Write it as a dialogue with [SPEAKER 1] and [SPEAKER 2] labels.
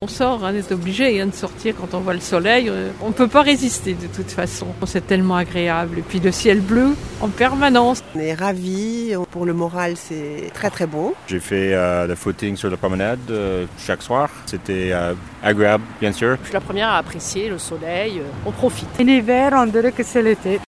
[SPEAKER 1] On sort, hein, on est obligé hein, de sortir quand on voit le soleil. euh, On ne peut pas résister de toute façon. C'est tellement agréable. Et puis le ciel bleu en permanence.
[SPEAKER 2] On est ravis, pour le moral c'est très très bon.
[SPEAKER 3] J'ai fait euh, le footing sur la promenade euh, chaque soir. C'était euh, agréable, bien sûr.
[SPEAKER 4] Je suis la première à apprécier le soleil, euh, on profite.
[SPEAKER 5] En hiver, on dirait que c'est l'été.